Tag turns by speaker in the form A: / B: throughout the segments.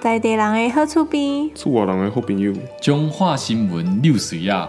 A: 在地人的好厝边，
B: 厝外人的好朋友，
C: 中华新闻六水啊，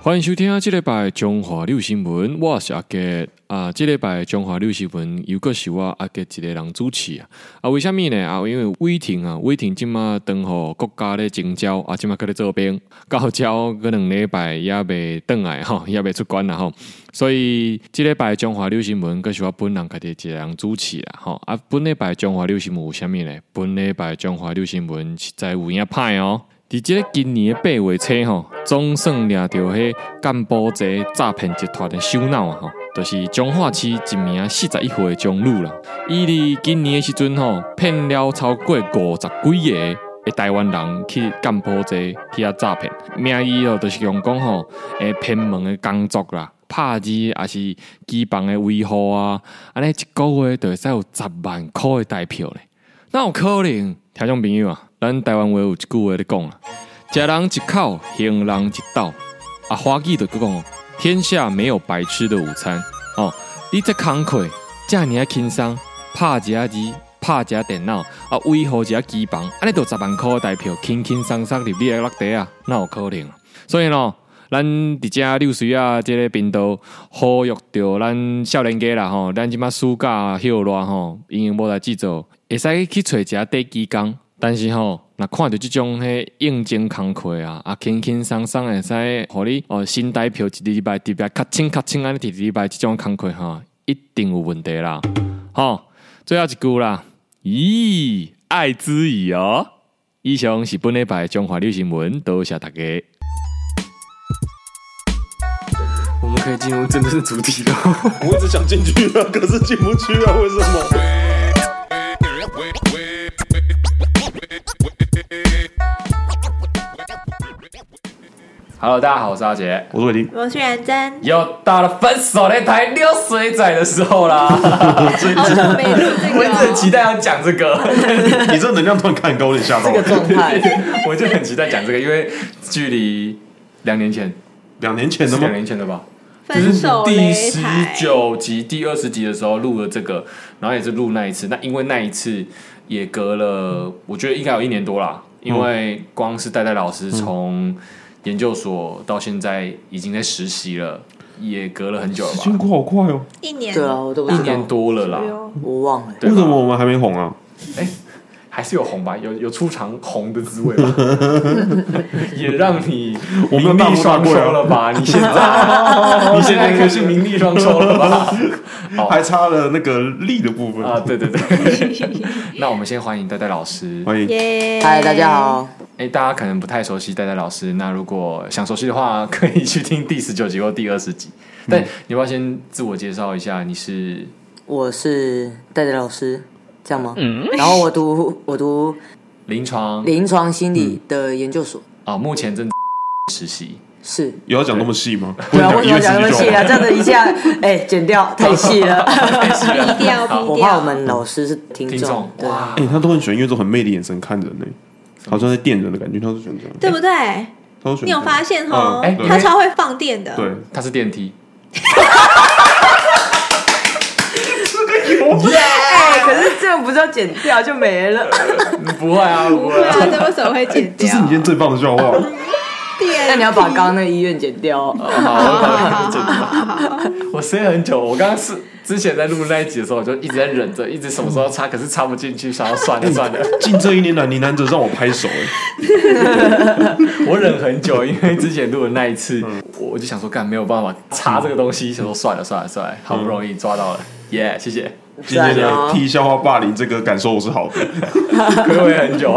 D: 欢迎收听啊！这礼拜中华六新闻，我是阿杰啊。这礼拜中华六新闻又个是我阿杰一个人主持啊。啊，为什么呢？啊，因为伟霆啊，伟霆即马当互国家咧征召啊，即马搁咧做兵，到招个两礼拜也未转来吼，也未出关啦吼。所以即礼拜中华六新闻，搁是我本人家己一个人主持啦吼。啊，本礼拜中华六新闻有啥物呢？本礼拜中华六新闻实在有影歹哦。伫即个今年的八月初吼，总算掠到迄干部节诈骗集团的首脑啊吼，就是彰化市一名四十一岁的长女啦。伊伫今年的时阵吼，骗了超过五十几个的台湾人去干部节去遐诈骗，名义哦就是用讲吼，诶偏门的工作啦。拍字也是机房的维护啊，安尼一个月就会使有十万箍的台票咧。那有可能？听众朋友啊，咱台湾话有一句话咧讲啊，食人一口，行人一道。啊，花语就讲哦，天下没有白吃的午餐哦。你这工课遮尔啊轻松，拍一下字，拍一下电脑，啊，维护一下机房，安尼就十万块台票，轻轻松松入你的落地啊，那有可能啊？所以咯。咱伫遮六水啊，即个频道呼吁着咱少年家啦吼，咱即马暑假休热吼，因为无代志做，会使去找一下短期工。但是吼，若看着即种迄应征工课啊，啊轻轻松松会使，互你哦新台票一礼拜、一礼拜较清较清安尼，一礼拜即种工课吼、一定有问题啦。吼、最后一句啦，咦，爱之语哦。以上是本礼拜的中华六新闻，多谢大家。
E: 我们可以进入真正的主题了。
B: 我一直想进去啊，可是进不去啊，为什么？
C: Hello，大家好，我是阿杰。
B: 我是伟霆，
A: 我是元真，
C: 又到了分手擂台溜水仔的时候 啦！
A: 好久没录这
C: 我
A: 个
C: 一直很
A: 哦，
C: 期待要讲这 个，
B: 你这能量突然看高，我有点吓到。
F: 状态。
C: 我就很期待讲这个，因为距离两年前，
B: 两年前的
C: 是
B: 吗
C: 两？年前的吧？
A: 分手
C: 就是第
A: 擂
C: 十
A: 台，
C: 九集、第二十集的时候录了这个，然后也是录那一次。那因为那一次也隔了，我觉得应该有一年多啦，因为光是戴戴老师从研究所到现在已经在实习了，也隔了很久了
B: 时间
C: 吧，
B: 过好快哦，
A: 一年
F: 对啊，我都不
C: 一
F: 知
C: 年
F: 道，
C: 多了啦
A: 左。右
F: 我忘了。
C: 对
B: 为
C: 吧
B: 什么我们还没红啊？
C: 还是有红吧，有有出场红的滋味吧，也让你
B: 我没有
C: 名
B: 大
C: 利
B: 富大
C: 双
B: 贵
C: 收
B: 啊
C: 了吧？你现在你现在可是名利双收了吧？好
B: 还差了那个力的部分。
C: 啊，对对对，那我们先欢迎呆呆老师。
B: 欢迎，
A: 耶！
F: 嗨，大家，好，
C: 哎，大家可能不太熟悉呆呆老师，那如果想熟悉的话，可以去听第十九集或第二十集。但你要不要先自我介绍一下？你是
F: 我是戴戴老师，这样吗？嗯。然后我读我读
C: 临床
F: 临床心理
C: 嗯
F: 的研究所，
C: 啊，目前正实习。
F: 是。
B: 有要讲那么细吗？
F: 对啊，为什么讲
B: 讲
F: 那么细啊？这样子 一下，哎，剪掉太细了，
A: 低调
C: 好
A: 低
F: 我怕我
A: 调，
F: 们老师是听
C: 听
F: 众
C: 众。
F: 对，
C: 哇，
B: 哎，他都很喜欢用这种很媚的眼神看人呢，好像在电人的感觉。他都喜欢这样，
A: 对不对？
B: 他都喜欢这样
A: 你有发现哦
B: 嗯
C: 哎？
B: 对
A: 他超会放电的，
B: 对，
C: 他是电梯。
F: 哎，可是这样不是要剪掉就 没了。
C: 不会啊，不会
A: 对
C: 啊。
A: 啊，这为什么会剪
B: 这
A: 掉
B: 是？你今天最棒的笑话。
A: 电
F: 那你要把刚刚那个医院剪掉哦。
C: 好，我我塞很久，我刚刚是之前在录那一集的时候，我就一直在忍着，一直什么时候插，可是插不进去，想要算了算了，
B: 近这一年来，你难得让我拍手哎，
C: 我忍很久，因为之前录的那一次，我我就想说，干没有办法插这个东西，想说算了算了算了，好不容易抓到了，耶，谢谢，
B: 今天
F: 赞哦
B: 来替笑话霸凌这个感受我是好的。
C: 亏违很久。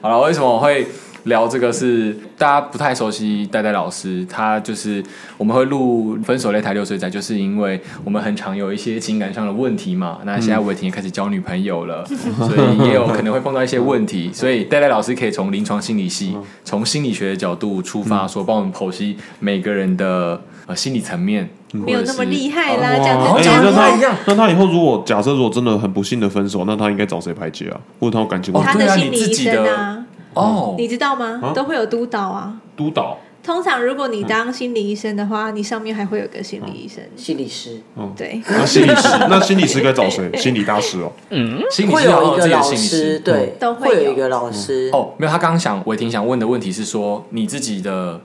C: 好了，为什么我会聊这个是？大家不太熟悉呆呆老师，他就是我们会录《分手擂台六岁仔》，就是因为我们很常有一些情感上的问题嘛。那现在伟霆也开始交女朋友了，所以也有可能会碰到一些问题。所以呆呆老师可以从临床心理系、从心理学的角度出发，说帮我们剖析每个人的呃心理层面，
A: 没有那么厉害啦，
C: 哇
A: 讲
C: 好
A: 的
B: 哎，
C: 像
A: 讲
B: 那
C: 不太一
B: 他
C: 样
B: 那他以后如果假设如果真的很不幸的分手，那他应该找谁排解啊？或者他有感情问
A: 他
B: 题？
C: 哦对
A: 的
C: 啊
A: 心理
C: 你自
A: 医
C: 己
A: 生
C: 的
A: 啊，
C: 哦。
A: 你知道吗？
B: 啊
A: 都会有督导啊，
B: 督导
A: 通常如果你当心理医生的话，你上面还会有个心理医生。
F: 心理师
C: 嗯
A: 对，
B: 那心理师，那心理师该找 谁？心理大师哦，
C: 心理
F: 会
C: 师要有自
F: 有一个
C: 己的
F: 老
C: 心理
F: 师，
C: 师。嗯
F: 对，
A: 都会有
F: 会有一个老师。
C: 哦，没有，他刚刚想，我也挺想问的问题是说，你自己的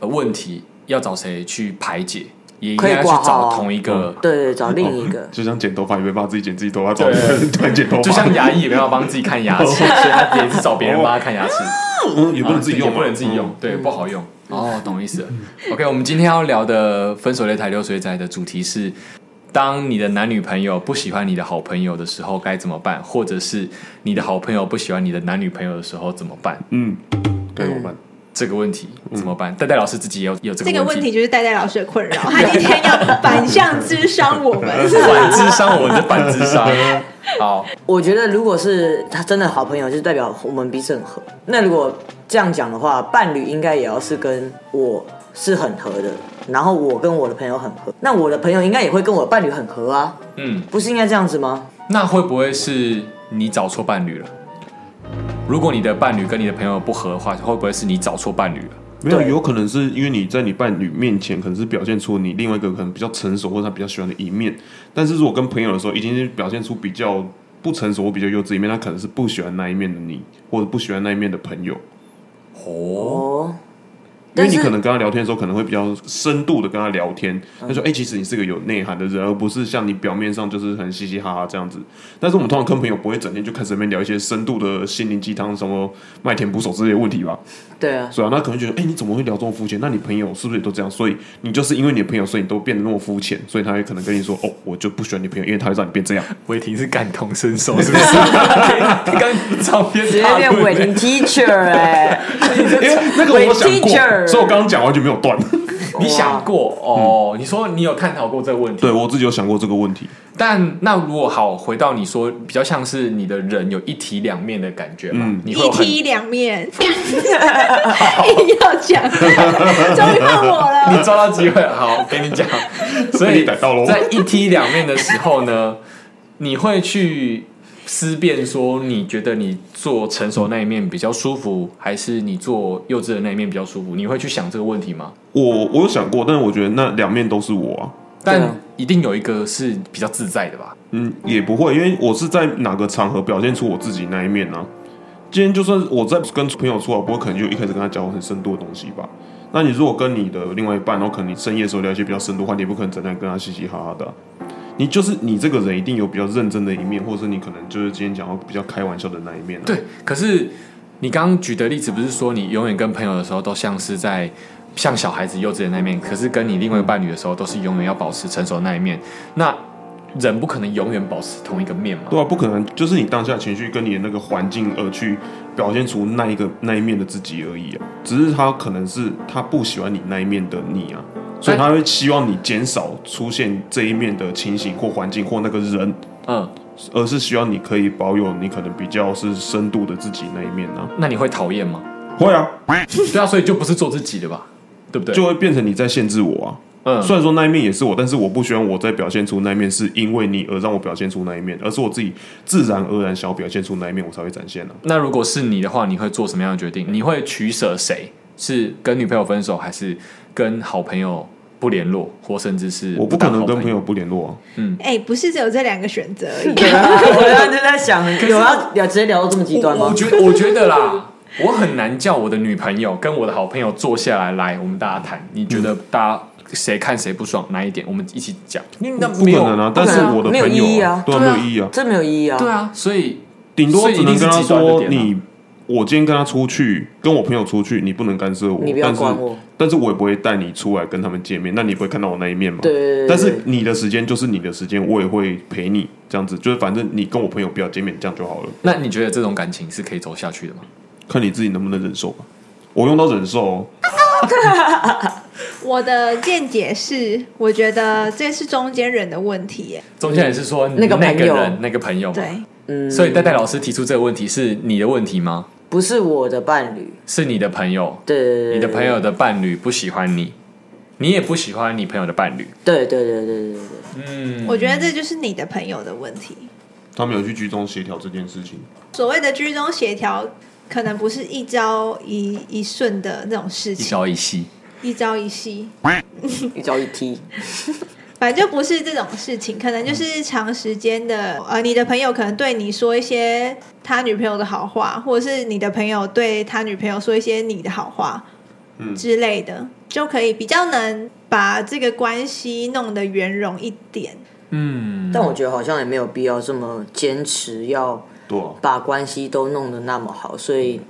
C: 呃问题要找谁去排解？也应
F: 可以
C: 该去
F: 挂号
C: 找
F: 啊
C: 同一个，
F: 对对，找另一个。
B: 哦就像剪头发，也没办法自己剪自己头发，找
C: 对
B: 人突然剪头发，
C: 就像牙医也没办法帮自己看 牙齿，所以他也是找别人帮他看牙齿。
B: 嗯 也不能自己用嗯
C: 也
B: 嘛，
C: 不能自己用，对，不好用。哦，懂意思了。OK，我们今天要聊的分手擂台流水仔的主题是：当你的男女朋友不喜欢你的好朋友的时候该怎么办，或者是你的好朋友不喜欢你的男女朋友的时候怎么办？
B: 嗯，嗯，该怎么办？
C: 这个问题怎么办？戴戴老师自己也有有这
A: 这个
C: 个
A: 问
C: 问
A: 题
C: 题。
A: 就是戴戴老师的困 扰，他今天要反向智商我们。
C: 反智商，我们是反智 商。好，
F: 我觉得如果是他真的好朋友，就代表我们彼此很合。那如果这样讲的话，伴侣应该也要是跟我是很合的，然后我跟我的朋友很合，那我的朋友应该也会跟我伴侣很合啊，
C: 嗯，
F: 不是应该这样子吗？
C: 那会不会是你找错伴侣了？如果你的伴侣跟你的朋友不合的话，会不会是你找错伴侣了？
B: 没有，
F: 对
B: 有可能是因为你在你伴侣面前，可能是表现出你另外一个可能比较成熟或者他比较喜欢的一面，但是如果跟朋友的时候，已经是表现出比较不成熟或比较幼稚一面，他可能是不喜欢那一面的你，或者不喜欢那一面的朋友，
C: 哦，
F: 哦，
B: 因为
F: 但
B: 你
F: 是
B: 可能跟他聊天的时候，可能会比较深度的跟他聊天，他
F: 嗯
B: 说：“哎、其实你是个有内涵的人，而不是像你表面上就是很嘻嘻哈哈这样子。”但是我们通常跟朋友不会整天就开始在那边聊一些深度的心灵鸡汤、什么麦田捕手之类的问题吧？
F: 对啊，
B: 所以啊，那可能觉得：“哎、你怎么会聊这么肤浅？那你朋友是不是也都这样？所以你就是因为你的朋友，所以你都变得那么肤浅，所以他也可能跟你说：‘哦，我就不喜欢你朋友，因为他会让你变这样。
C: 伟霆是感同身受， 是不是？刚照片
F: 直接变 伟霆 teacher 哎、’
B: 因为那个我想过
F: Teacher，
B: 所以我刚刚讲完就没有断。
C: 你想过哦？你说你有探讨过这个问题，
B: 对我自己有想过这个问题。
C: 但那如果好，回到你说，比较像是你的人有一体两面的感觉嘛？
F: 嗯
C: 你 会
A: 一
C: 有很
A: 体两面， 硬要讲，终于放我
C: 你
A: 了。
C: 抓到机会，好，给你讲。所
B: 被
C: 以
B: 你逮到咯
C: 在一梯两面的时候呢，你会去思辨说，你觉得你做成熟那一面比较舒服，还是你做幼稚的那一面比较舒服？你会去想这个问题吗？
B: 我我有想过，但是我觉得那两面都是我啊。
F: 对啊
C: 但一定有一个是比较自在的吧？
B: 嗯，也不会，因为我是在哪个场合表现出我自己那一面呢、啊今天就算我在跟朋友出来，不会可能就一开始跟他讲很深度的东西吧。那你如果跟你的另外一半，然后可能你深夜的时候聊一些比较深度话题，你也不可能整天跟他嘻嘻哈哈的啊、你就是你这个人一定有比较认真的一面，或者是你可能就是今天讲到比较开玩笑的那一面、啊。，
C: 对，可是你刚刚举的例子不是说你永远跟朋友的时候都像是在像小孩子幼稚的那一面，可是跟你另外一个伴侣的时候都是永远要保持成熟的那一面。那人不可能永远保持同一个面嘛？
B: 对啊，不可能，就是你当下的情绪跟你的那个环境而去表现出那一个那一面的自己而已啊。只是他可能是他不喜欢你那一面的你啊，所以他会希望你减少出现这一面的情形或环境或那个人，
C: 嗯，
B: 而是希望你可以保有你可能比较是深度的自己那一面啊。
C: 那你会讨厌吗？
B: 会啊，
C: 对啊，所以就不是做自己的吧？对不对？
B: 就会变成你在限制我啊。
C: 嗯
B: 虽然说那一面也是我，但是我不希望我在表现出那一面是因为你而让我表现出那一面，而是我自己自然而然想要表现出那一面，我才会展现啊。
C: 那如果是你的话，你会做什么样的决定？你会取舍谁？是跟女朋友分手，还是跟好朋友不联络，或甚至是
B: 我不可
C: 当
B: 能
C: 好
B: 跟朋友不联络啊。
A: 哎，不是只有这两个选择而已。
F: 对啊，我刚刚就在想，有要聊直接聊到这么极端
C: 我我？
F: 吗
C: 觉 我觉得啦，我很难叫我的女朋友跟我的好朋友坐下来，来我们大家谈，你觉得大家谁看谁不爽哪一点，我们一起讲。那
B: 不可
C: 没有
B: 能啊！
F: 可
B: 但
F: 能啊
B: 是我的
F: 没有
B: 朋
F: 意义
B: 友
F: 啊
B: 对啊，
C: 对
B: 没
C: 啊
B: 有意义啊，
F: 这没有意义啊。
C: 对啊，所以
B: 顶多
C: 所以
B: 只
C: 一定
B: 能
C: 是
B: 跟他
C: 极端的
B: 说
C: 点啊
B: 你。我今天跟他出去，跟我朋友出去，你不能干涉我，
F: 你不要
B: 但是
F: 管我
B: 但是我也不会带你出来跟他们见面，那你也不会看到我那一面嘛？
F: 对对对对
B: 但是你的时间就是你的时间，我也会陪你，这样子就是反正你跟我朋友不要见面，这样就好了，
C: 那你觉得这种感情是可以走下去的吗？
B: 看你自己能不能忍受吧。我用到忍受哦，
A: 我的见解是，我觉得这是中间人的问题耶。
C: 中间人是说
F: 那个
C: 那
F: 朋
C: 个
F: 友
C: 人那个朋友嘛，
A: 对，
C: 所以戴戴老师提出这个问题是你的问题吗？
F: 嗯不是我的伴侣，
C: 是你的朋友，
F: 对对对，
C: 你的朋友的伴侣不喜欢你，你也不喜欢你朋友的伴侣。
F: 对，对对对对对对
A: 我觉得这就是你的朋友的问题。
B: 他们有去居中协调这件事情，
A: 所谓的居中协调，可能不是一朝一一瞬的那种事
C: 一
A: 情。
C: 朝一夕，
A: 一朝一夕，
F: 一招一踢，
A: 反正就不是这种事情，可能就是长时间的，呃，你的朋友可能对你说一些他女朋友的好话，或者是你的朋友对他女朋友说一些你的好话，
B: 嗯
A: 之类的，就可以比较能把这个关系弄得圆融一点。
C: 嗯，
F: 但我觉得好像也没有必要这么坚持要
B: 对啊，
F: 把关系都弄得那么好，所以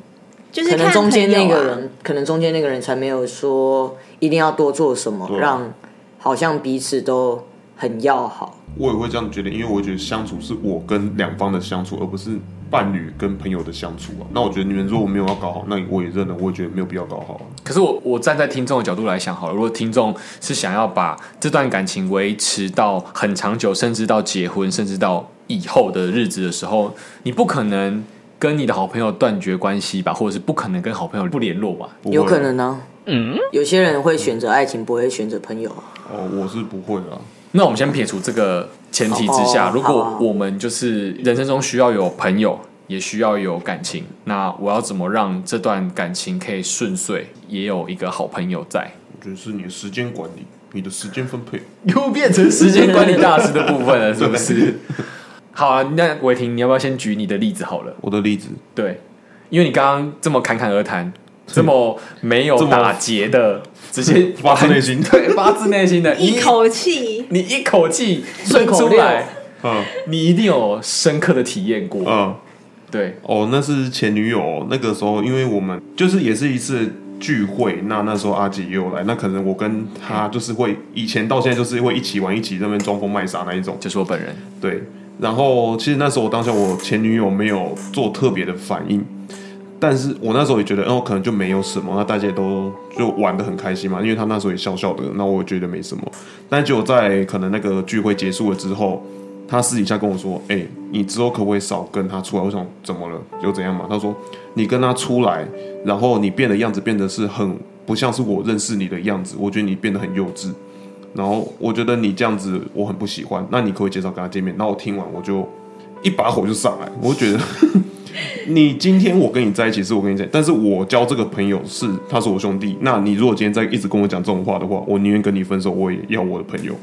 A: 就是
F: 可
A: 看
F: 能中间
A: 朋
F: 那
A: 友啊
F: 个人，可能中间那个人才没有说一定要多做什么，
B: 对啊
F: 让好像彼此都很要好。
B: 我也会这样觉得，因为我觉得相处是我跟两方的相处，而不是伴侣跟朋友的相处啊。那我觉得你们如果没有要搞好，那我也认了，我也觉得没有必要搞好啊。
C: 可是我我站在听众的角度来想好了，如果听众是想要把这段感情维持到很长久，甚至到结婚，甚至到以后的日子的时候，你不可能跟你的好朋友断绝关系吧，或者是不可能跟好朋友不联络吧？
B: 不会啊
F: 有可能呢、嗯，有些人会选择爱情，不会选择朋友啊。
B: 哦，我是不会啊。
C: 那我们先撇除这个前提之下，
F: 哦
C: 如
F: 好
C: 果
F: 啊
C: 我们就是人生中需要有朋友，也需要有感情，那我要怎么让这段感情可以顺遂，也有一个好朋友在？
B: 我觉得是你的时间管理，你的时间分配。
C: 又变成时间管理大师的部分了，是不 是？好啊，那伟霆，你要不要先举你的例子好了？
B: 我的例子，
C: 对，因为你刚刚这么侃侃而谈，这么没有
B: 这么
C: 打结的，直接
B: 发自内心
C: 对，发自内 心的，
A: 一口气
C: 你你一口气顺出
F: 一口
C: 来
F: 料，
B: 嗯
C: 你一定有深刻的体验过。
B: 嗯，
C: 对，
B: 哦，那是前女友。那个时候，因为我们就是也是一次聚会，那那时候阿姐也有来，那可能我跟她就是会以前到现在就是会一起玩，一起在那边装疯卖傻那一种。
C: 就是我本人，
B: 对，然后其实那时候我当下我前女友没有做特别的反应，但是我那时候也觉得，哦，可能就没有什么，那大家都就玩的很开心嘛，因为她那时候也笑笑的，那我也觉得没什么。但结果在可能那个聚会结束了之后，她私底下跟我说，哎、你之后可不可以少跟她出来？我想怎么了？又怎样嘛？她说你跟她出来，然后你变的样子变得是很不像是我认识你的样子，我觉得你变得很幼稚。然后我觉得你这样子我很不喜欢，那你可不可以介绍跟他见面？然后我听完我就一把火就上来，我就觉得 你今天我跟你在一起是我跟你在一起，但是我交这个朋友是他是我兄弟，那你如果今天再一直跟我讲这种话的话，我宁愿跟你分手，我也要我的朋友。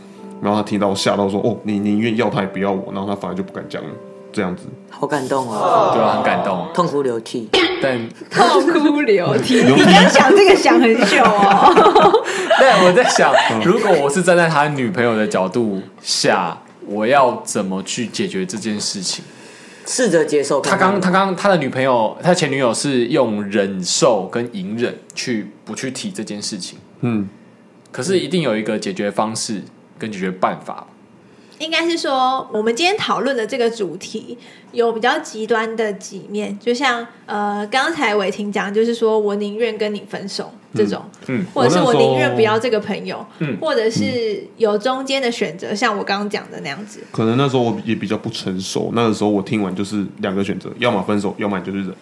B: 然后他听到吓到说：“哦，你宁愿要他也不要我。”然后他反而就不敢讲了，这样子。
F: 好感动哦，
C: 对啊，很感动。
F: 痛哭流涕。
C: 但
A: 痛哭流涕。你刚想这个想很久哦，
C: 但我在想，如果我是站在他女朋友的角度下，我要怎么去解决这件事情？
F: 试着接受
C: 他
F: 看看
C: 刚他刚他的女朋友，他前女友是用忍受跟隐忍去不去提这件事情，
B: 嗯，
C: 可是一定有一个解决方式跟解决办法。
A: 应该是说我们今天讨论的这个主题有比较极端的几面，就像呃刚才伟霆讲，就是说我宁愿跟你分手这种，
C: 嗯，
A: 或者是
B: 我那
A: 我
B: 时候
A: 宁愿不要这个朋友，
C: 嗯
A: 或者是有中间的选择，像我刚刚讲的那样子。
B: 可能那时候我也比较不成熟，那个时候我听完就是两个选择，要么分手，要么你就是忍。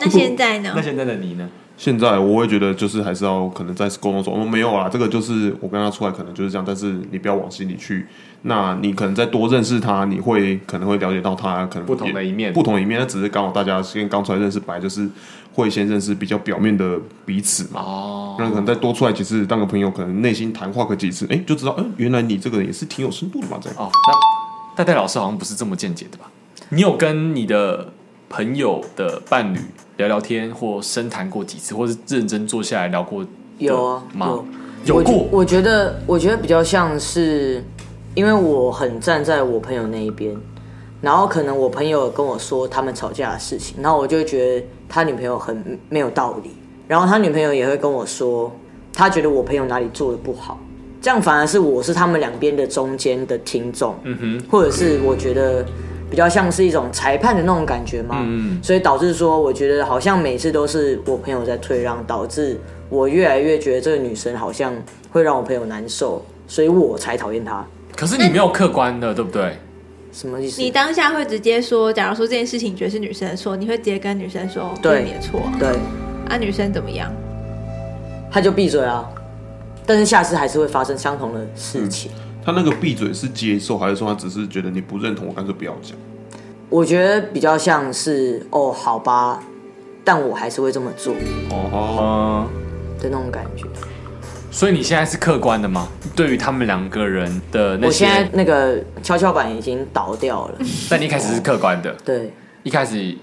A: 那现在呢
C: 那？现在的你呢？
B: 现在我会觉得就是还是要可能再沟通说，哦，没有啊，这个就是我跟他出来可能就是这样，但是你不要往心里去。那你可能再多认识他，你会可能会了解到他可能
C: 不同的
B: 也
C: 一面
B: 不同的一面。那只是刚好大家先刚出来认识，本来就是会先认识比较表面的彼此嘛。
C: 哦，
B: 那可能再多出来几次，当个朋友，可能内心谈话个几次，哎、就知道，嗯、原来你这个人也是挺有深度的嘛，这样。
C: 哦，那戴戴老师好像不是这么见解的吧？你有跟你的朋友的伴侣聊聊天，或深谈过几次，或是认真坐下来聊过的
F: 有啊
C: 吗？
F: 我
C: 有
F: 觉
C: 过，
F: 我觉得，我觉得比较像是，因为我很站在我朋友那一边，然后可能我朋友跟我说他们吵架的事情，然后我就会觉得他女朋友很没有道理，然后他女朋友也会跟我说，他觉得我朋友哪里做的不好，这样反而是我是他们两边的中间的听众，
C: 嗯哼，
F: 或者是我觉得比较像是一种裁判的那种感觉嘛，
C: 嗯
F: 所以导致说，我觉得好像每次都是我朋友在退让，导致我越来越觉得这个女生好像会让我朋友难受，所以我才讨厌她。
C: 可是你没有客观的，对不对？
F: 什么意思？
A: 你当下会直接说，假如说这件事情你觉得是女生的错，你会直接跟女生说，
F: 对
A: 这是你的错啊，
F: 对，
A: 啊女生怎么样？
F: 她就闭嘴啊。但是下次还是会发生相同的事情。
B: 他那个闭嘴是接受，还是说他只是觉得你不认同，我干脆不要讲？
F: 我觉得比较像是哦，好吧，但我还是会这么做的
B: 哦，
C: 嗯，
F: 那种感觉。
C: 所以你现在是客观的吗？对于他们两个人的那
F: 我现
C: 些
F: 在，那个跷跷板已经倒 掉了，
C: 但你一开始是客观的，
F: 对，
C: 一开始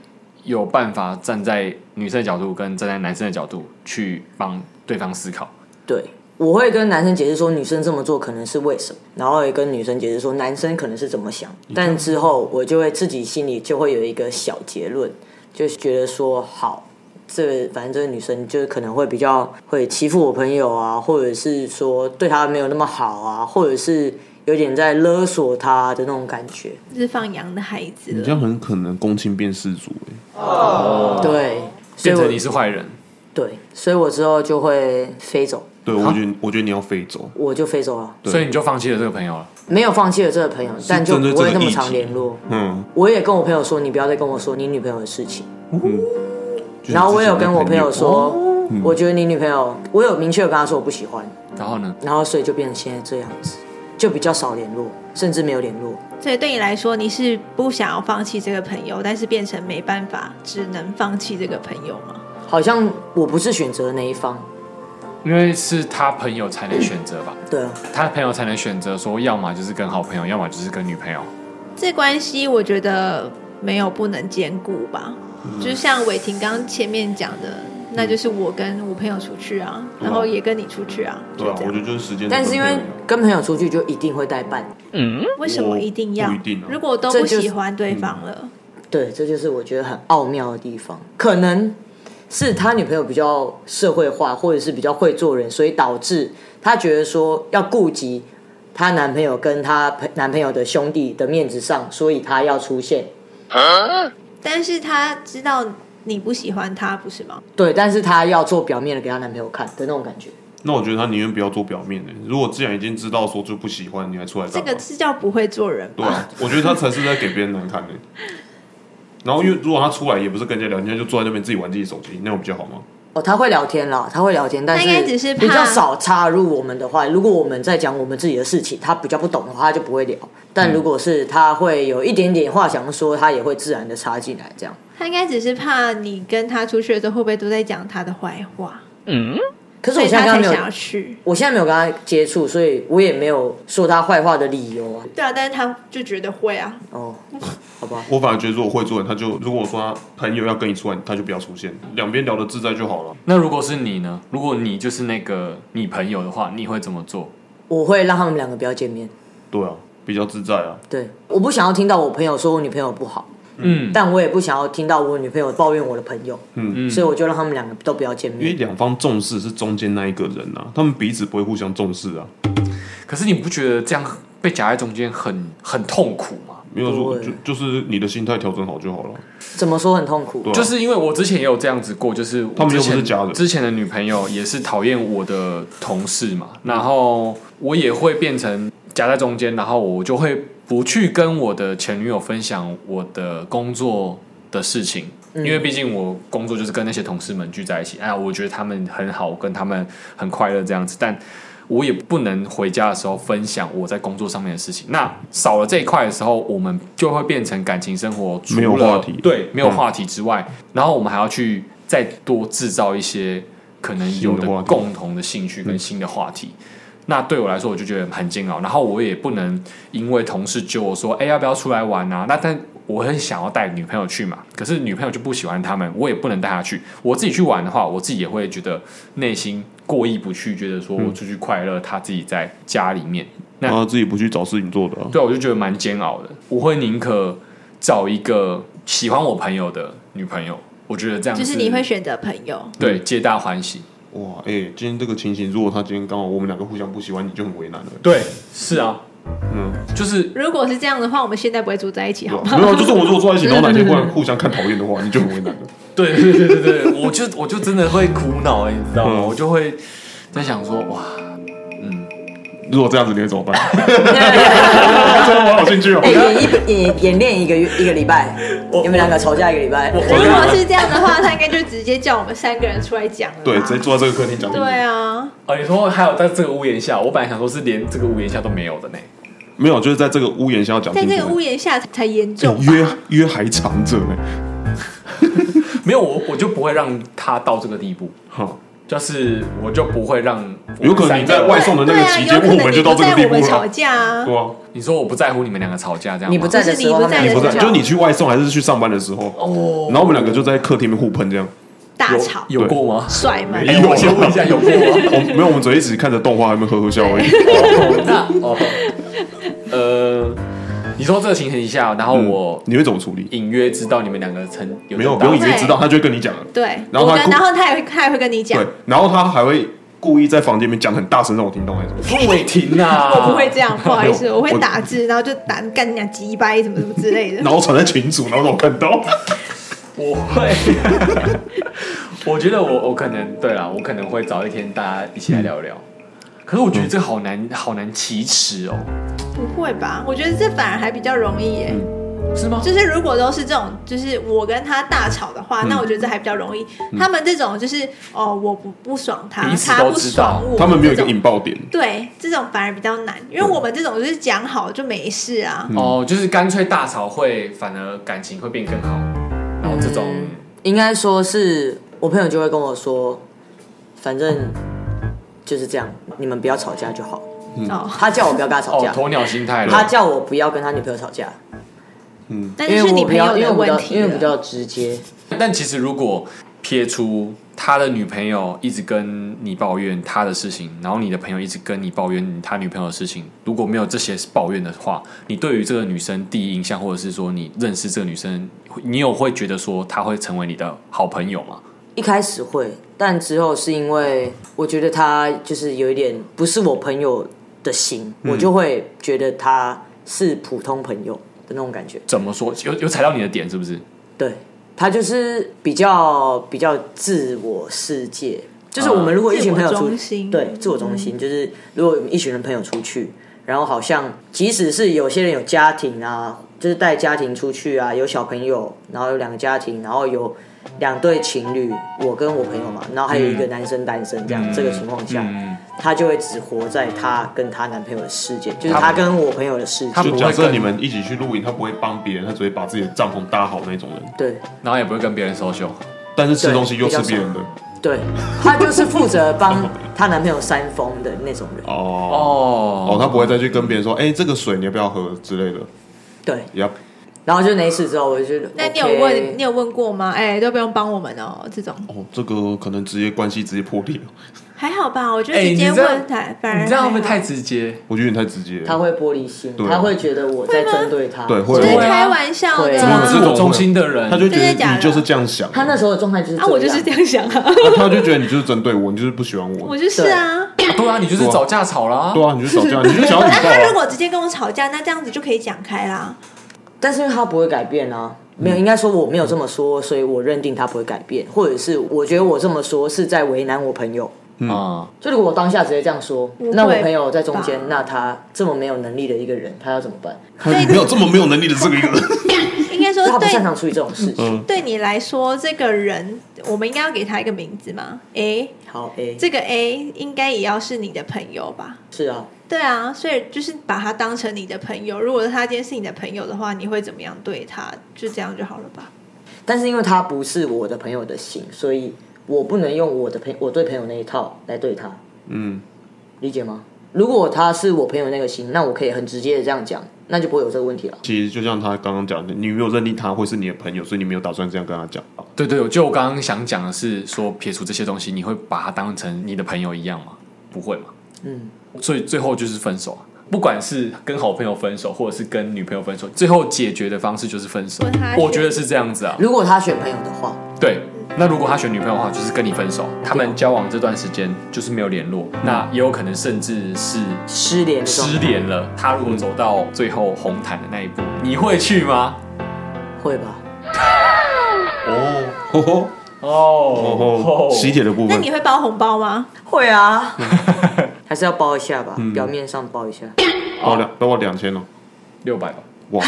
C: 有办法站在女生的角度跟站在男生的角度去帮对方思考。
F: 对，我会跟男生解释说女生这么做可能是为什么，然后也跟女生解释说男生可能是怎么想，但之后我就会自己心里就会有一个小结论，就是觉得说好。这反正这个女生就是可能会比较会欺负我朋友啊，或者是说对她没有那么好啊，或者是有点在勒索她的那种感觉。
A: 就是放羊的孩子
B: 你
A: 了
B: 这。样很可能公亲变世族哎、
F: 对，所以
C: 变
F: 我
C: 成你是坏人，
F: 对，所以我之后就会飞走，
B: 对，我觉得我觉得你要飞走，
F: 我就飞走了，
B: 对
C: 所以你就放弃了这个朋友了。
F: 没有放弃了这个朋友，但就
B: 针对
F: 不会
B: 这个
F: 那么
B: 议
F: 常
B: 题
F: 联络。
B: 嗯，
F: 我也跟我朋友说，你不要再跟我说你女朋友的事情。
B: 就是
F: 然后我
B: 之
F: 也
B: 前
F: 有跟
B: 的
F: 我朋友说，我
B: 嗯
F: 觉得你女朋友，我有明确地跟他说我不喜欢，
C: 然后呢？
F: 然后所以就变成现在这样子，就比较少联络，甚至没有联络。
A: 所以对你来说，你是不想要放弃这个朋友，但是变成没办法，只能放弃这个朋友吗？
F: 好像我不是选择那一方，
C: 因为是他朋友才能选择吧，
F: 对啊，
C: 他朋友才能选择说，要么就是跟好朋友，要么就是跟女朋友。
A: 这关系我觉得没有不能兼顾吧，
B: 嗯
A: 就像伟霆刚刚前面讲的，那就是我跟我朋友出去啊，
B: 对啊
A: 然后也跟你出去啊，就
B: 对啊，
A: 这
B: 我觉
A: 样。
B: 得就是时间的分
F: 但
B: 配
F: 是因
B: 而已啊，
F: 为跟朋友出去就一定会带伴，
A: 为什么一定要？
B: 不一定啊
A: 如果都不喜欢对方了，
F: 对，这就是我觉得很奥妙的地方，可能是他女朋友比较社会化，或者是比较会做人，所以导致他觉得说要顾及她男朋友跟她朋男朋友的兄弟的面子上，所以他要出现。
A: 但是他知道你不喜欢他，不是吗？
F: 对，但是她要做表面的给她男朋友看的那种感觉。
B: 那我觉得他宁愿不要做表面的、如果既然已经知道说就不喜欢，你还出来
A: 这
B: 干嘛？
A: 个是叫不会做人
B: 啊对
A: 吧？
B: 啊，我觉得他才是在给别人难看的、然后因为如果他出来也不是跟人家聊天，就坐在那边自己玩自己手机，那样比较好吗？
F: 哦，他会聊天啦，他会聊天，但
A: 应该只是怕
F: 比较少插入我们的话。如果我们在讲我们自己的事情，他比较不懂的话，他就不会聊。但如果是他会有一点点话想说，他也会自然的插进来，这样。
A: 他应该只是怕你跟他出去的时候，会不会都在讲他的坏话，
F: 可是
A: 所
F: 我
A: 以
F: 现在
A: 他才
F: 跟他没有
A: 想，要去。
F: 我现在没有跟他接触，所以我也没有说他坏话的理由啊。
A: 对啊，但是他就觉得会啊，
F: 哦，好吧，
B: 我反而觉得，如果会做人，他就如果我说他朋友要跟你出来，他就不要出现，两边聊得自在就好了。
C: 那如果是你呢？如果你就是那个你朋友的话，你会怎么做？
F: 我会让他们两个不要见面。
B: 对啊，比较自在啊。
F: 对，我不想要听到我朋友说我女朋友不好，
C: 嗯，
F: 但我也不想要听到我女朋友抱怨我的朋友，
B: 嗯，
F: 所以我就让他们两个都不要见
B: 因为
F: 面。
B: 两方重视是中间那一个人啊，他们彼此不会互相重视啊。
C: 可是你不觉得这样被夹在中间很很痛苦吗？
B: 没有说
F: 对
B: 就就是你的心态调整好就好了。
F: 怎么说很痛苦
B: 对？啊
C: 就是因为我之前也有这样子过，就是我
B: 他们又
C: 之前
B: 不是家人
C: 之前的女朋友也是讨厌我的同事嘛，然后我也会变成夹在中间，然后我就会不去跟我的前女友分享我的工作的事情。
B: 嗯
C: 因为毕竟我工作就是跟那些同事们聚在一起，哎呀，我觉得他们很好，我跟他们很快乐这样子，但我也不能回家的时候分享我在工作上面的事情。那少了这一块的时候，我们就会变成感情生活除了
B: 没有话题
C: 对，没有
B: 嗯
C: 话题之外，然后我们还要去再多制造一些可能有
B: 新的话
C: 的
B: 题嗯
C: 共同的兴趣跟新的话题。那对我来说，我就觉得很煎熬。然后我也不能因为同事揪我说，哎、要不要出来玩啊？那但我很想要带女朋友去嘛，可是女朋友就不喜欢他们，我也不能带她去。我自己去玩的话，我自己也会觉得内心过意不去，觉得说
B: 嗯
C: 我出去快乐，她自己在家里面。那
B: 然后自己不去找事情做的、啊，
C: 对，我就觉得蛮煎熬的。我会宁可找一个喜欢我朋友的女朋友，我觉得这样
A: 就是你会选择朋友，
C: 对皆大欢喜。
B: 哇，哎、今天这个情形，如果他今天刚好我们两个互相不喜欢，你就很为 难了。
C: 对，是啊，
B: 嗯，
C: 就是
A: 如果是这样的话，我们现在不会住在一起，
B: 对
A: 好
B: 啊
A: 吗？
B: 没有，就是我如果坐在一起，然后哪天忽然互相看讨厌的话，你就很为难了。
C: 对对对对对，我就我就真的会苦恼，你知道吗？
B: 嗯
C: 我就会在想说，哇，
B: 如果这样子，你会 怎么办？ 真的，我好兴趣哦。
F: 哎、演一 演演练一个月一个礼拜，你们两个吵架一个礼拜，
A: 如果是这样的话，他应该就直接叫我们三个人出来讲了吧。
B: 对，直接坐在这个客厅讲。
A: 对，啊，
C: 啊，你说还有在这个屋檐下，我本来想说是连这个屋檐下都没有的呢。
B: 没有，就是在这个屋檐下讲
A: 在
B: 清楚。
A: 这个屋檐下才严重
B: 哎
A: 吧。
B: 约约还长着呢。
C: 没有我，我就不会让他到这个地步。
B: 哈，
C: 就是我就不会让我们
B: 有可能你在外送的那个期间，
A: 对啊有可能
B: 我们就到这个地
A: 你不在
B: 步
A: 我们吵
B: 了。
A: 架啊，
B: 对啊，
C: 你说我不在乎你们两个吵架这样吗，
F: 你不在的时候，
A: 不是
F: 他
A: 你
B: 你
F: 们
B: 不在，
A: 对
B: 就是你去外送还是去上班的时候，
C: 哦，
B: 然后我们两个就在客厅里面互喷这样。
A: 大吵
C: 有过吗？
A: 甩门，
B: 没有
C: 哎我先问一下有过 啊吗？
B: 我哦没有，我们只会一起看着动画，还没呵呵笑而已。
A: 哎
C: 哦那 哦，呃，你说这个情形下，然后哦我
B: 你会怎么处理？
C: 隐约知道你们两个曾
B: 嗯
C: 有
B: 没有，不
C: 争
B: 用
C: 到
B: 以为知道，他就会跟你讲了。
A: 对，
B: 然后
A: 我
B: 他
A: 跟
B: 故
A: 然后他也会他也会跟你讲
B: 对，，然后他还会故意在房间里面讲很大声，让我听到那种。
C: 不伟霆啊，
A: 我不会这 样，不好意
B: 没
A: 思，
B: 有
A: 我会
B: 我
A: 打字，然后就打干你俩鸡掰什么什么之类 的
B: 然。后传在群组，然后让我看到。
C: 我会， 我觉得我我可能对啦，我可能会找一天大家一起来聊聊。
B: 嗯
C: 可是我觉得这好难，好难启齿哦，
A: 不会吧？我觉得这反而还比较容易耶、
C: 是吗？
A: 就是如果都是这种，就是我跟他大吵的
C: 嗯
A: 话，那我觉得这还比较容易。他们这种就是哦，我不不爽他
C: 彼，此
A: 他
C: 都
A: 不
C: 知道
A: 爽我，
B: 他们没有一个
A: 这种
B: 引爆点，
A: 对这种反而比较难，因为我们这种就是讲好就没事啊。
B: 嗯
C: 哦，就是干脆大吵会，反而感情会变更好。然后这种，
A: 嗯
F: 应该说是我朋友就会跟我说，反正就是这样，你们不要吵架就好。
C: 嗯
A: 哦，
F: 他叫我不要跟他吵
C: 哦
F: 架，，
C: 鸵鸟心态
F: 他
C: 了。
F: 叫我不要跟他女朋友吵架，
C: 嗯
A: 但
F: 因
A: 是
F: 为
A: 是
F: 我
A: 你
F: 比
A: 朋
F: 较
A: 友
F: 因为
A: 的
F: 我比
A: 问
F: 较
A: 题
F: 因为比
A: 了。
F: 较直接，
C: 但其实如果撇出他的女朋友一直跟你抱怨他的事情，然后你的朋友一直跟你抱怨他女朋友的事情，如果没有这些抱怨的话，你对于这个女生第一印象，或者是说你认识这个女生，你有会觉得说她会成为你的好朋友吗？
F: 一开始会，但之后是因为我觉得他就是有一点不是我朋友的型，我就会觉得他是普通朋友的那种感觉。
C: 怎么说？有有踩到你的点是不是？哦
F: 对他就是比较比较自我世界，就是我们如果一群朋友
A: 自我
F: 出
A: 中心嗯
F: 对自我中心，就是如果我们一群人朋友出去，然后好像即使是有些人有家庭啊，就是带家庭出去啊，有小朋友，然后有两个家庭，然后有两对情侣，我跟我朋友嘛，然后还有一个男生单身这样，这个情况下，
C: 嗯，
F: 她就会只活在她跟她男朋友的世界，就是她跟我朋友的世界
C: 她，
B: 就
C: 不会
B: 假设
C: 跟
B: 你们一起去露营，他不会帮别人，他只会把自己的帐篷搭好那种人。
F: 对。
C: 然后也不会跟别人 social。
B: 但是吃东西又吃别人的
F: 对，她就是负责帮她男朋友扇风的那种人。
B: 哦哦，
C: 哦
B: 他不会再去跟别人说，哎，这个水你要不要喝之类的。
F: 对，
B: 呀，
F: 然后就那一次之后，我就觉得，
A: 那你有问你有问过吗？哎、都不用帮我们哦，这种
B: 哦，这个可能直接关系直接破裂了，
A: 还好吧？我觉得
C: 哎
A: 直接
C: 你这样
A: 问他，反而
C: 你这样会不会
A: 还好
C: 太直接？
B: 我觉得有点太直接了。
F: 他会玻璃心，
B: 对啊
F: 他会觉得我在针对他。
B: 对会
A: 就是
C: 对啊
A: 开玩笑
F: 会
A: 的
F: 怎
B: 么
A: 啊
B: 可
C: 自
B: 是
C: 我中心的人，
B: 他就觉
A: 真的假
B: 得
A: 的
B: 你就是这样想，
F: 他那时候的状态就是
A: 啊，我就是这
F: 样，
A: 样想啊，
B: 他就觉得你就是针对我，你就是不喜欢
A: 我
B: 我。
A: 就是啊。
C: 对啊，你就是找架吵啦。
B: 对啊，你就吵架，你就想
A: 那
B: 要引爆
C: 哦
A: 他如
B: 啊。
A: 果直接跟我吵架，那这样子就可以讲开啦。
F: 但是因为他不会改变啊。没
B: 嗯
F: 有，应该说我没有这么说，所以我认定他不会改变，或者是我觉得我这么说是在为难我朋友。
C: 啊，
F: 就如果我当下直接这样说，
A: 不会
F: 那我朋友在中间
A: 吧，
F: 那他这么没有能力的一个人，他要怎么办？
A: 对
B: 没有这么没有能力的这个一个人，
A: 应该说
F: 他不
A: 对
F: 擅长处理这种
B: 嗯
F: 事情。
A: 对你来说，这个人我们应该要给他一个名字嘛？A，
F: 好，A，
A: 这个 A 应该也要是你的朋友吧？
F: 是啊，
A: 对啊，所以就是把他当成你的朋友。如果他今天是你的朋友的话，你会怎么样对他？就这样就好了吧？
F: 但是因为他不是我的朋友的型，所以我不能用我的朋我对朋友那一套来对他，
B: 嗯，
F: 理解吗？如果他是我朋友那个型，那我可以很直接的这样讲，那就不会有这个问题了。
B: 其实就像他刚刚讲的，你没有认定他会是你的朋友，所以你没有打算这样跟他讲。
C: 对对，就我刚刚想讲的是说，撇除这些东西，你会把他当成你的朋友一样吗？不会嘛？
F: 嗯，
C: 所以最后就是分手啊，不管是跟好朋友分手，或者是跟女朋友分手，最后解决的方式就是分手
A: 问他。嗯
C: 我觉得是这样子啊。
F: 如果他选朋友的话，
C: 对，那如果他选女朋友的话，就是跟你分手。他们交往这段时间就是没有联络，那也有可能甚至是
F: 失联的状态
C: 失联了。他如果走到最后红毯的那一步，你会去吗？
F: 会 吧？
B: 哦，吼吼
C: 哦
B: 哦，喜帖的部
A: 那
B: 分
A: 你会包红包吗？
F: 会啊，还是要包一下吧，
C: 嗯
F: 表面上包一下。
B: 哦两，包我两千了，
C: 六百吧。
B: 哇，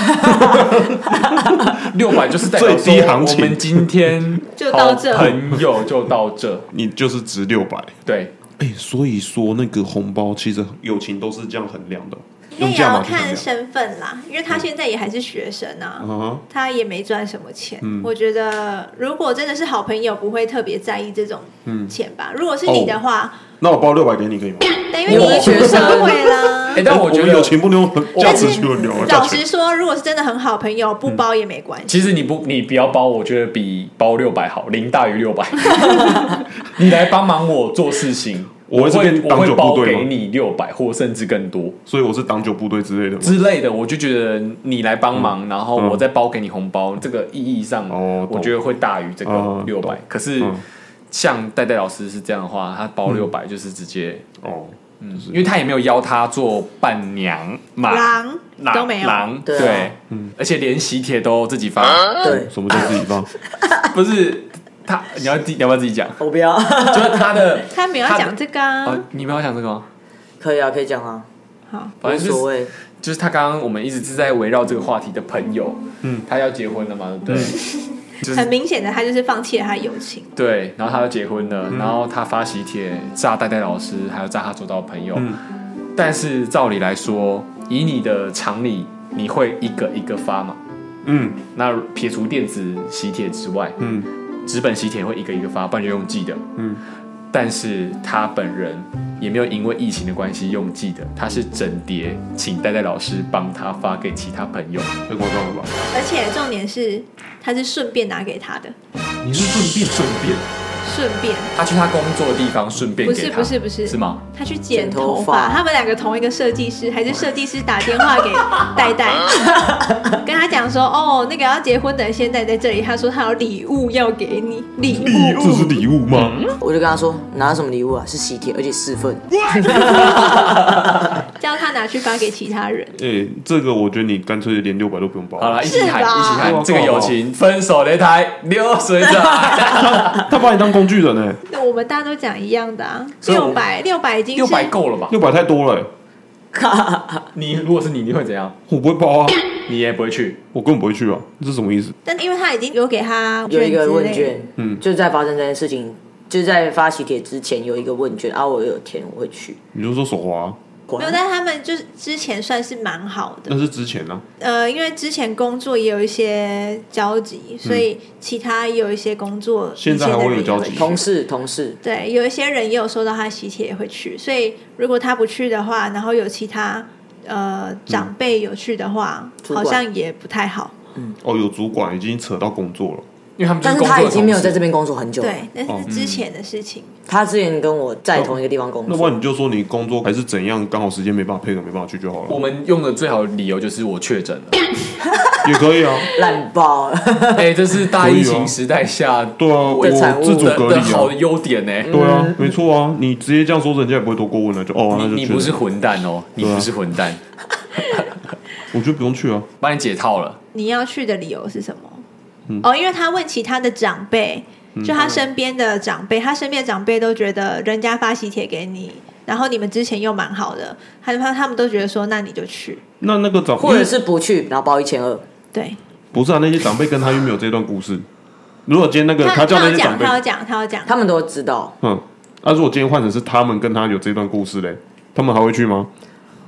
C: 六百就是代表说
B: 最低行情
C: 我们今天
A: 就到这
C: 好朋友就到 这。哎
B: 你就是值六百。
C: 对，
B: 哎，所以说那个红包其实友情都是这样衡量的，
A: 那
B: 用
A: 也
B: 价
A: 要
B: 码去衡
A: 看
B: 量
A: 身份啦，因为他现在也还是学生啊。
B: 嗯哼，
A: 他也没赚什么钱，我觉得如果真的是好朋友，不会特别在意这种
B: 嗯
A: 钱吧。如果是
B: 哦
A: 你的话，
B: 那我包六百给你可以吗？
A: 但因为你是学生会啦
C: 哎、。但我觉
B: 们友
C: 得，
B: 情不能用价
A: 但是
B: 值去衡量啊，价
A: 老
B: 钱
A: 实说，如果是真的很好朋友，不包也没关系。
C: 嗯其实你不你不要包，我觉得比包六百好，零大于六百。 你来帮忙我做事情，
B: 我
C: 我
B: 会是
C: 会
B: 变
C: 我
B: 当
C: 会
B: 九
C: 包
B: 部队吗嗯
C: 给你六百或甚至更多
B: 所以我是挡酒部队之类的吗。
C: 之类的，我就觉得你来帮忙，然后我再包给你红包，这个意义上
B: 嗯哦，懂
C: 我觉得会大于这个
B: 哦
C: 六
B: 懂
C: 百。可是
B: 嗯
C: 像戴戴老师是这样的话，他包六百就是直接，
B: 哦，
C: 因为他也没有邀他做伴娘嘛，
A: 狼啊
C: 狼
A: 都没有，
C: 狼
F: 对啊
C: 对，而且连喜帖都自己发，
F: 对，
B: 什么叫自己 放？
C: 不是他，你要自己你要不要自己讲？
F: 我不要，
C: 就是他的，
A: 他没有
C: 他的
A: 讲这个啊、
C: 哦，你们要讲这个吗？
F: 可以啊，可以讲啊，
A: 好，
C: 反
F: 无
C: 正
F: 所
C: 就是
F: 谓。
C: 就是他刚刚我们一直是在围绕这个话题的朋友，嗯，他要结婚了嘛，对不对？就是
A: 很明显的，他就是放弃了他友情。
C: 对，然后他要结婚了，然后他发喜帖炸戴戴老师，还有炸他周遭的朋友。但是照理来说，以你的常理，你会一个一个发嘛？
B: 嗯
C: 那撇除电子喜帖之外，
B: 嗯，
C: 纸本喜帖会一个一个发，不然就用寄的。
B: 嗯，
C: 但是他本人也没有因为疫情的关系用寄的，他是整叠请戴戴老师帮他发给其他朋友。
B: 太夸张了吧？
A: 而且重点是，他是顺便拿给他的，
B: 你是顺便顺便
A: 顺便
C: 他去他工作的地方顺便
A: 不
C: 给
A: 是
C: 他，
A: 不是不是
C: 是吗？
A: 他去剪
F: 剪
A: 头
F: 头
A: 发，
F: 发
A: 他们两个同一个设计师，还是设计师打电 话给戴戴， 跟他讲说，哦，那个要结婚的人现在在这里，他说他有礼物要给你，礼
B: 礼物，这是礼物吗？
F: 我就跟他说拿什么礼物啊，是喜帖，而且四份。
A: 叫他拿去发给其他人，
B: 哎，这个我觉得你干脆连六百都不用包。啊
C: 好了，一起喊，
A: 是吧
C: 一起
B: 哇
C: 喊，这个友情分手擂台流水 账，
B: 他把你当工具人欸呢，
A: 那我们大家都讲一样的啊，
C: 所以我
A: 六百六百已经
C: 六
A: 是
C: 百够了吧？
B: 六百太多了欸，
C: 你如果是你，你会怎样？
B: 我不会包啊，
C: 你也不会去，
B: 我根本不会去啊，这是什么意思？
A: 但因为他已经有给他
F: 有一个
A: 之类
F: 问
A: 的
F: 卷，嗯，就在发生这件事情，就在发喜帖之前有一个问卷，啊，我有填，我会去。
B: 你就说手滑啊，
F: 果
A: 没有，
F: 然
A: 但他们就是之前算是蛮好的
B: 那，是之前啊，
A: 呃，因为之前工作也有一些交集，所以其他也有一些工作，
B: 现在还会有交
A: 以前的人也会
B: 集
A: 去
F: 同事同事，
A: 对，有一些人也有收到他的喜帖也会去，所以如果他不去的话，然后有其他呃长辈有去的话，
F: 主
A: 好
F: 管
A: 像也不太好。
B: 哦，有主管已经扯到工作了，
C: 因为他们就
F: 但是
C: 工作
F: 他
C: 的
F: 已经没有
C: 同
F: 在
C: 事
F: 这边工作很久了。
A: 对，那是之前的事情。
F: 他之前跟我在同一个地方工
B: 哦那不
F: 作，
B: 然你就说你工作还是怎样，刚好时间没办法配合，没办法去就好
C: 我
B: 了，
C: 们用的最好的理由就是我确诊了，
B: 也可以啊。
F: 烂爆了。
C: 哎、这是大疫情时代下
B: 对啊，我
F: 产
B: 哦
F: 物
B: 自主
C: 的
B: 隔离
C: 的好
B: 啊
C: 的。优点呢、
B: 对啊，没错啊，你直接这样说，人家也不会多过问了，就哦，那就
C: 你你
B: 去了
C: 不是，混蛋哦，你
B: 对啊
C: 不是混蛋，
B: 我觉得不用去啊。
C: 帮你解套了。
A: 你要去的理由是什么？
B: 嗯
A: 哦，因为他问其他的长辈，就他身边的长辈，他身边的长辈都觉得人家发喜帖给你，然后你们之前又蛮好的，他他他们都觉得说，那你就去。
B: 那那个长
F: 或
B: 因
F: 者
B: 为
F: 是不去，然后包一千二。
A: 对，
B: 不是啊？那些长辈跟他又没有这段故事。如果今天那个
A: 他
B: 叫那
A: 有
B: 些长
A: 讲，
B: 辈，
A: 他有讲，他有讲，
F: 他们都知道，
B: 嗯，那如果今天换成是他们跟他有这段故事嘞，他们还会去吗？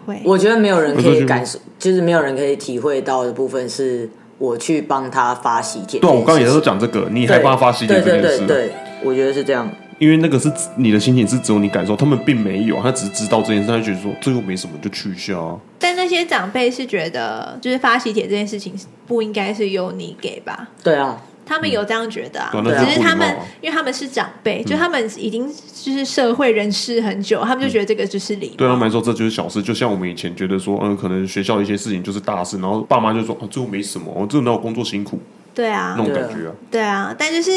A: 会
F: 我觉得没有人可
B: 我说
F: 以
B: 去
F: 感受，就是没有人可以体会到的部分是我去帮他发喜帖这件事情。
B: 对啊，我刚刚也是讲这个，你还帮他发喜帖这件
F: 对对
B: 事
F: 对
B: 啊，
F: 对，我觉得是这样。
B: 因为那个是你的心情是只有你感受，他们并没有，他只是知道这件事，他就觉得说这又没什么，就去一下啊。
A: 但那些长辈是觉得，就是发喜帖这件事情不应该是由你给吧？
F: 对啊，
A: 他们有这样觉得啊，
B: 嗯对那
F: 是
A: 只是
B: 不礼
A: 他们
B: 貌啊，
A: 因为他们是长辈，就他们已经就是社会人士很久，他们就觉得这个就是礼
B: 嗯对他们
A: 貌。
B: 来说这就是小事，就像我们以前觉得说，嗯，可能学校一些事情就是大事，然后爸妈就说啊，这又没什么，哦这哪有工作辛苦
A: 对
B: 那
A: 啊
B: 种，
F: 对啊
B: 感觉啊。
A: 对啊，但就是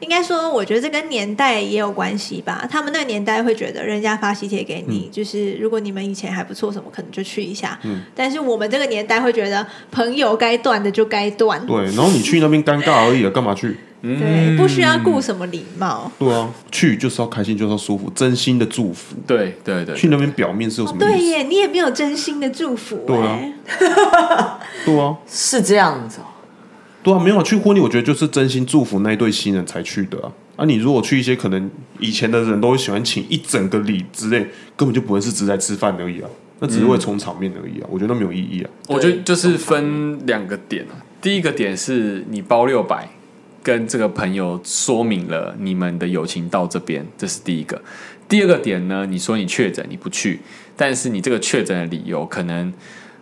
A: 应该说，我觉得这跟年代也有关系吧。他们那个年代会觉得人家发喜帖给
B: 嗯
A: 你，就是如果你们以前还不错什么，可能就去一下。但是我们这个年代会觉得朋友该断的就该断，
B: 对，然后你去那边尴尬而已啊，干嘛去？
A: 对，不需要
B: 嗯
A: 顾什么礼貌。
B: 对啊，去就是要开心，就是要舒服，真心的祝福。
C: 对对对，
B: 去那边表面是有什
F: 哦
B: 么
A: 对
B: 意思？
A: 耶，你也没有真心的祝福、
B: 对啊
A: 哎
B: 对啊，
F: 是这样子哦。
B: 对啊，没有啊去婚礼，我觉得就是真心祝福那一对新人才去的啊。啊，你如果去一些可能以前的人都会喜欢请一整个礼之类，根本就不会是只在吃饭而已啊，那那只是会冲场面而已啊，我觉得那没有意义啊。
C: 我觉得就是分两个点啊，第一个点是你包六百，跟这个朋友说明了你们的友情到这边，这是第一个。第二个点呢，你说你确诊你不去，但是你这个确诊的理由可能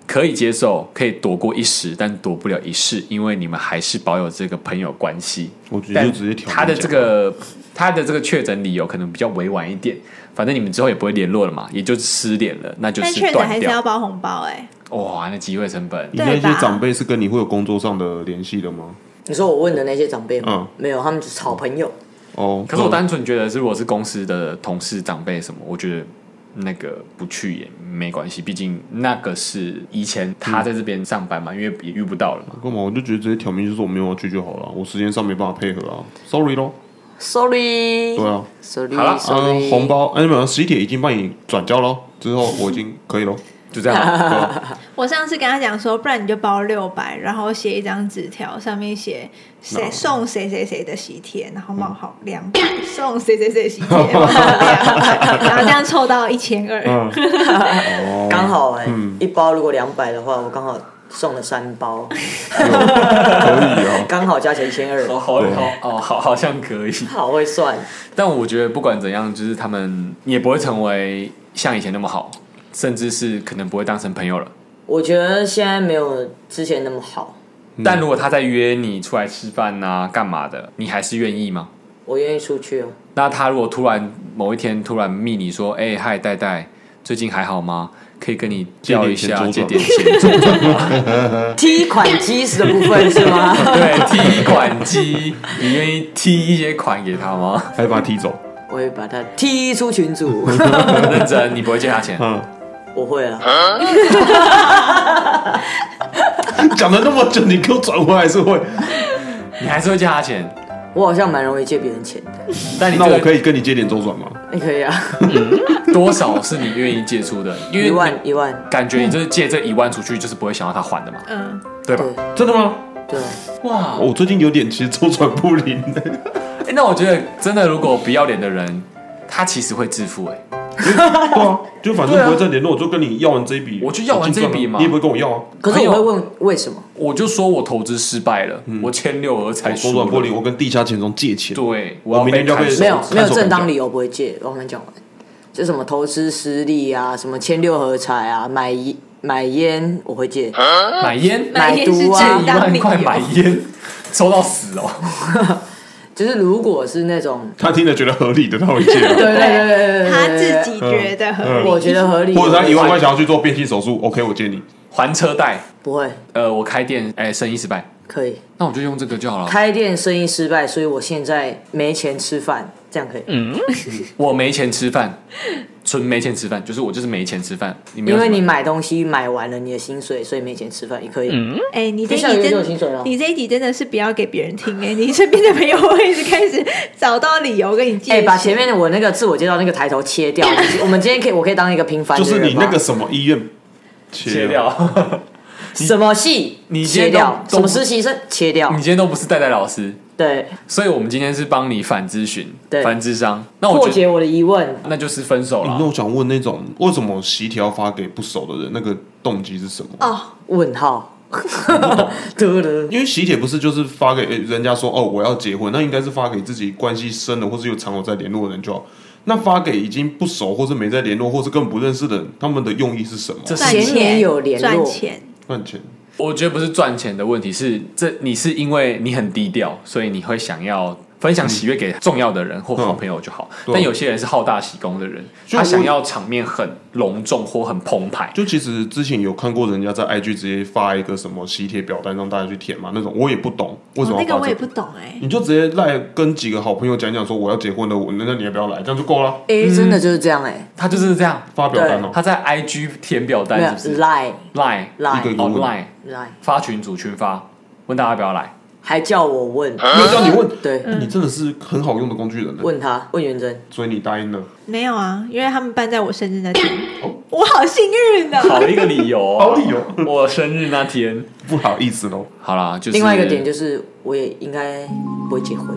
C: 可以接受，可以躲过一时，但躲不了一世，因为你们还是保有这个朋友关系。
B: 我觉得
C: 但
B: 就直接挑明
C: 他的
B: 讲
C: 这个他的这个确诊理由可能比较委婉一点，反正你们之后也不会联络了嘛，也就是失联了，那就
A: 但
C: 是
A: 确诊
C: 断
A: 还是
C: 掉。
A: 要包红包哎、
C: 哇，那机会成本
B: 你
A: 对
B: 那些
A: 吧
B: 长辈是跟你会有工作上的联系的吗？
F: 你说我问的那些长辈吗
B: 嗯？
F: 没有，他们就是好朋友。
B: 哦，
C: 可是我
B: 那
C: 单纯觉得，是如果是公司的同事、长辈什么，我觉得那个不去也没关系，毕竟那个是以前他在这边上班嘛，因为也遇不到了嘛。
B: 干嘛？我就觉得直接挑明就是我没有要去就好了，我时间上没办法配合啊，sorry 咯。
F: Sorry，
B: 对啊，
C: 好了
B: 嗯，
F: Sorry，Sorry，
B: 红包，哎，没有，喜帖已经帮你转交咯，之后我已经可以咯。
C: 就这样，
B: 对啊
A: 我上次跟他讲说，不然你就包六百，然后写一张纸条，上面写谁送谁谁谁的喜帖，然后冒号两百，
B: 嗯
A: 送谁谁谁喜 帖， 冒号200然后这样凑到一千二。
B: 嗯，
F: 刚好哎，一包如果两百的话，我刚好送了三 包，
B: 可以啊。
F: 刚好加起来一千
C: 哦，
F: 二，
C: 好，
B: 对
C: 好，哦，好，好像可以。
F: 好会算。
C: 但我觉得不管怎样，就是他们也不会成为像以前那么好，甚至是可能不会当成朋友了。
F: 我觉得现在没有之前那么好，
C: 但如果他在约你出来吃饭呐、干嘛的，你还是愿意吗？
F: 我愿意出去哦。
C: 那他如果突然某一天突然密你说，哎、嗨，戴戴，最近还好吗？可以跟你聊一下
B: 借
C: 借点
B: 点
C: 钱，
F: 踢款基石的部分是 吗？
C: 对，踢款机，你愿意踢一些款给他吗？
B: 还把他踢走，
F: 我会把他踢出 群组。
C: 认真，你不会借他钱？
B: 嗯，
F: 我会啊，
B: 讲了那么久，你给我转回来还是会，
C: 你还是会借他钱？
F: 我好像蛮容易借别人钱的。
C: 但你
B: 那我可
C: 以
B: 以跟你借点周转吗？
F: 你可以啊，
C: 多少是你愿意借出的？因
F: 一
C: 为你
F: 万一万，
C: 感觉你就是借这一万出去，就是不会想要他还的嘛，
A: 嗯，
C: 对吧
F: 对？
B: 真的吗？
F: 对啊，
C: 哇，
B: 哦我最近有点其实周转不灵 的，
C: 欸那我觉得真的，如果不要脸的人，他其实会致富、欸。哎，
B: 对啊，就反正不会再联络，我就跟你要完这一笔，
C: 我就要完这一笔嘛
B: 你也不会跟我要啊，
F: 可是
C: 朋
F: 我会
C: 友
F: 问为什么？
C: 我就说我投资失败了，我欠六合彩
B: 我周
C: 输
B: 转不灵，
C: 了。
B: 我跟地下钱庄借钱，
C: 对，
B: 我
C: 要
B: 明天就要
C: 砍
B: 被
C: 手
F: 没有
B: 看手
F: 没有
B: 表
F: 正当理由不会借。我还没讲完，就什么投资失利啊，什么签六合彩啊，买一买烟我会借，
B: 啊
C: 买烟，
A: 买烟是
F: 毒啊
C: 借
A: 正
C: 一
A: 当
C: 万
A: 理
C: 块买
A: 由。
C: 烟，抽到死哦。
F: 就是如果是那种，
B: 他听了觉得合理的，他会借 啊。
F: 对对对对对对，
A: 他自己觉得合
B: 嗯
A: 理，
F: 我觉得合理，
B: 或者他一万块想要去做变性手术，OK，我借你。
C: 还车贷，
F: 不会
C: 呃，我开店，哎、生意失败，
F: 可以。
C: 那我就用这个就好了。
F: 开店生意失败，所以我现在没钱吃饭，这样可以。
C: 嗯我没钱吃饭，纯没钱吃饭，就是我就是没钱吃饭。你没有
F: 因为
C: 什么
F: 你买东西买完了你的薪水，所以没钱吃饭也可以。
C: 嗯
A: 哎、你这一
F: 下个
A: 集
F: 月就有薪水啊
A: 真
F: 了，
A: 你这一集真的是不要给别人听哎、你身边的朋友会一直开始找到理由跟你借
F: 哎、
A: 钱。
F: 把前面的我那个自我介绍那个抬头切 掉。我们我们今天可以，我可以当一个平凡
B: 就
F: 的人
B: 是
F: 吗
B: 你那个什么医院切
C: 切，掉。
F: 什么戏，
C: 你今
F: 切
C: 天
F: 掉
C: 都
F: 什么实习生切掉
C: 你，今天都不是戴戴老师，
F: 对，
C: 所以我们今天是帮你反咨询、
F: 对
C: 反智商。那我
F: 破
C: 觉得
F: 解我的疑问。
C: 那就是分手
B: 哎那
C: 了。
B: 我想问那种为什么喜帖要发给不熟的人，那个动机是什么？
A: 哦，
F: 问 号，嘟嘟，
B: 因为喜帖不是就是发给诶人家说哦我要结婚，那应该是发给自己关系深的或是有常有在联络的人就好。那发给已经不熟或是没在联络或是根本不认识的人，他们的用意是什么？
C: 这是
A: 赚
F: 闲
A: 钱
F: 言有联络
A: 赚钱，哦
B: 赚钱。
C: 我觉得不是赚钱的问题，是这你是因为你很低调，所以你会想要分享喜悦给重要的人或好朋友就好。
B: 嗯对
C: 但有些人是好大喜功的人，
B: 就我
C: 他想要场面很隆重或很澎湃。
B: 就其实之前有看过人家在 IG 直接发一个什么喜帖表单让大家去填嘛，那种我也不懂为什
A: 哦
B: 么
A: 那个
B: 要发
A: 我
B: 这
A: 也
B: 个。
A: 不懂哎、
B: 你就直接赖跟几个好朋友讲讲说我要结婚了，我那你要不要来？这样就够了。
F: 哎、真的就是这样哎、
C: 他就是这样，
B: 发表单哦、
C: 他在 IG 填表
F: 没
C: 单是不
F: 有
C: 是
F: 赖
B: 一
C: ？Line
B: 个
F: 赖
B: 一个
C: 哦
B: 问
C: Line
F: 赖，
C: 发群组群发，问大家要不要来。
F: 还叫我问，
C: 啊
B: 没有叫你问，
F: 对，
B: 你真的是很好用的工具人呢，
F: 问他问元真，
B: 所以你答应了。
A: 没有啊，因为他们办在我生日那天，
B: 哦
A: 我好幸运哦。
C: 好一个理由、哦，
B: 好理由。
C: 我生日那天，
B: 不好意思喽，
C: 好啦，就是
F: 另外一个点
C: 就
F: 就是我也应该不会结婚，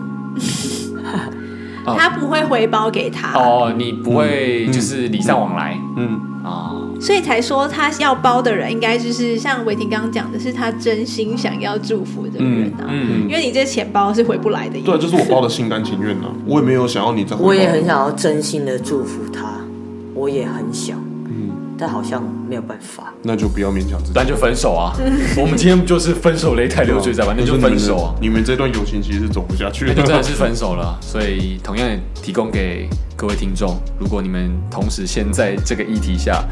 C: 哦
A: 他不会回包给他，
C: 哦，你不会就是礼尚往来
B: 嗯，
C: 啊？
A: 所以才说他要包的人应该就是像伟霆刚刚讲的，是他真心想要祝福的人啊，
C: 嗯
A: 因为你这钱包是回不来的耶。
B: 对啊，就是我包的心甘情愿呐、啊我也没有想要你再回报
F: 我也很想要真心的祝福他，我也很想，
C: 嗯
F: 但好像没有办法。
B: 那就不要勉强自己，啊
C: 那就分手啊！我们今天就是分手擂台流水仔，
B: 嗯
C: 反正就分手啊，
B: 你们这段友情其实是走不下去
C: 那
B: 的，
C: 就真的是分手了。所以同样也提供给各位听众，如果你们同时现在这个议题下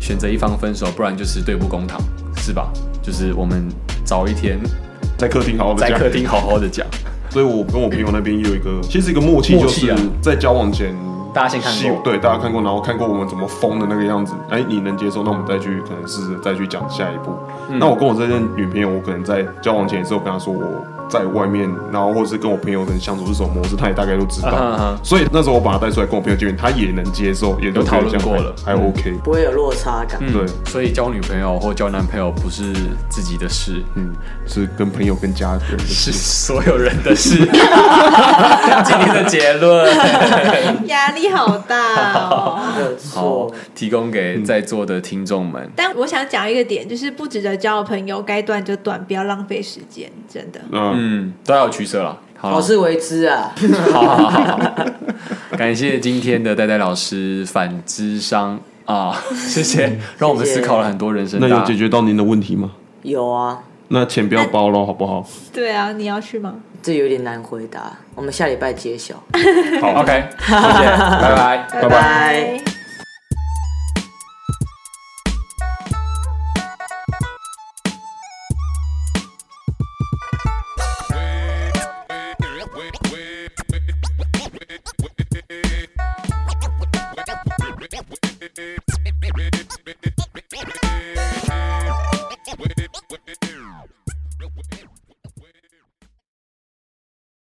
C: 选择一方分手，不然就是对簿公堂，是吧？就是我们早一天
B: 在客厅好好的
C: 在
B: 讲
C: 客。厅好好的讲，
B: 所以我跟我朋友那边也有一个，其实一个默契，就
C: 默契
B: 是
C: 啊
B: 在交往前。
C: 大家先看
B: 希
C: 过
B: 对，大家看过，然后看过我们怎么疯的那个样子，哎，你能接受，那我们再去可能试着再去讲下一步。
C: 嗯
B: 那我跟我这任女朋友，我可能在交往前也是有跟她说我在外面，然后或者是跟我朋友可能相处是什么模式，她也大概都知道。
C: 啊哈哈
B: 所以那时候我把她带出来跟我朋友见面，她也能接受，也都
C: 有讨论
B: 觉得这样
C: 过了
B: 还还 OK。
F: 不会有落差感。
C: 嗯
B: 对，
C: 所以交女朋友或交男朋友不是自己的事，
B: 嗯，是跟朋友跟家人的
C: 是
B: 事。
C: 所有人的事。今天的结论，
A: 压力好大 哦。
F: 没有
C: 好
F: 错，，
C: 提供给在座的听众们。
A: 但我想讲一个点，就是不值得交的朋友，该断就断，不要浪费时间，真的。
B: 嗯，
C: 嗯，都要有取舍了。好
F: 好
C: 啦，
F: 自为之啊。
C: 好好好好好，感谢今天的呆呆老师反智商 啊，谢谢，让我们
F: 谢谢
C: 思考了很多人生
B: 那
C: 大。
B: 有解决到您的问题吗？
F: 有啊，
B: 那钱不要包喽，好不好？
A: 对啊，你要去吗？
F: 这有点难回答，我们下礼拜揭晓。
C: 好，OK，谢谢，拜拜。
F: 拜拜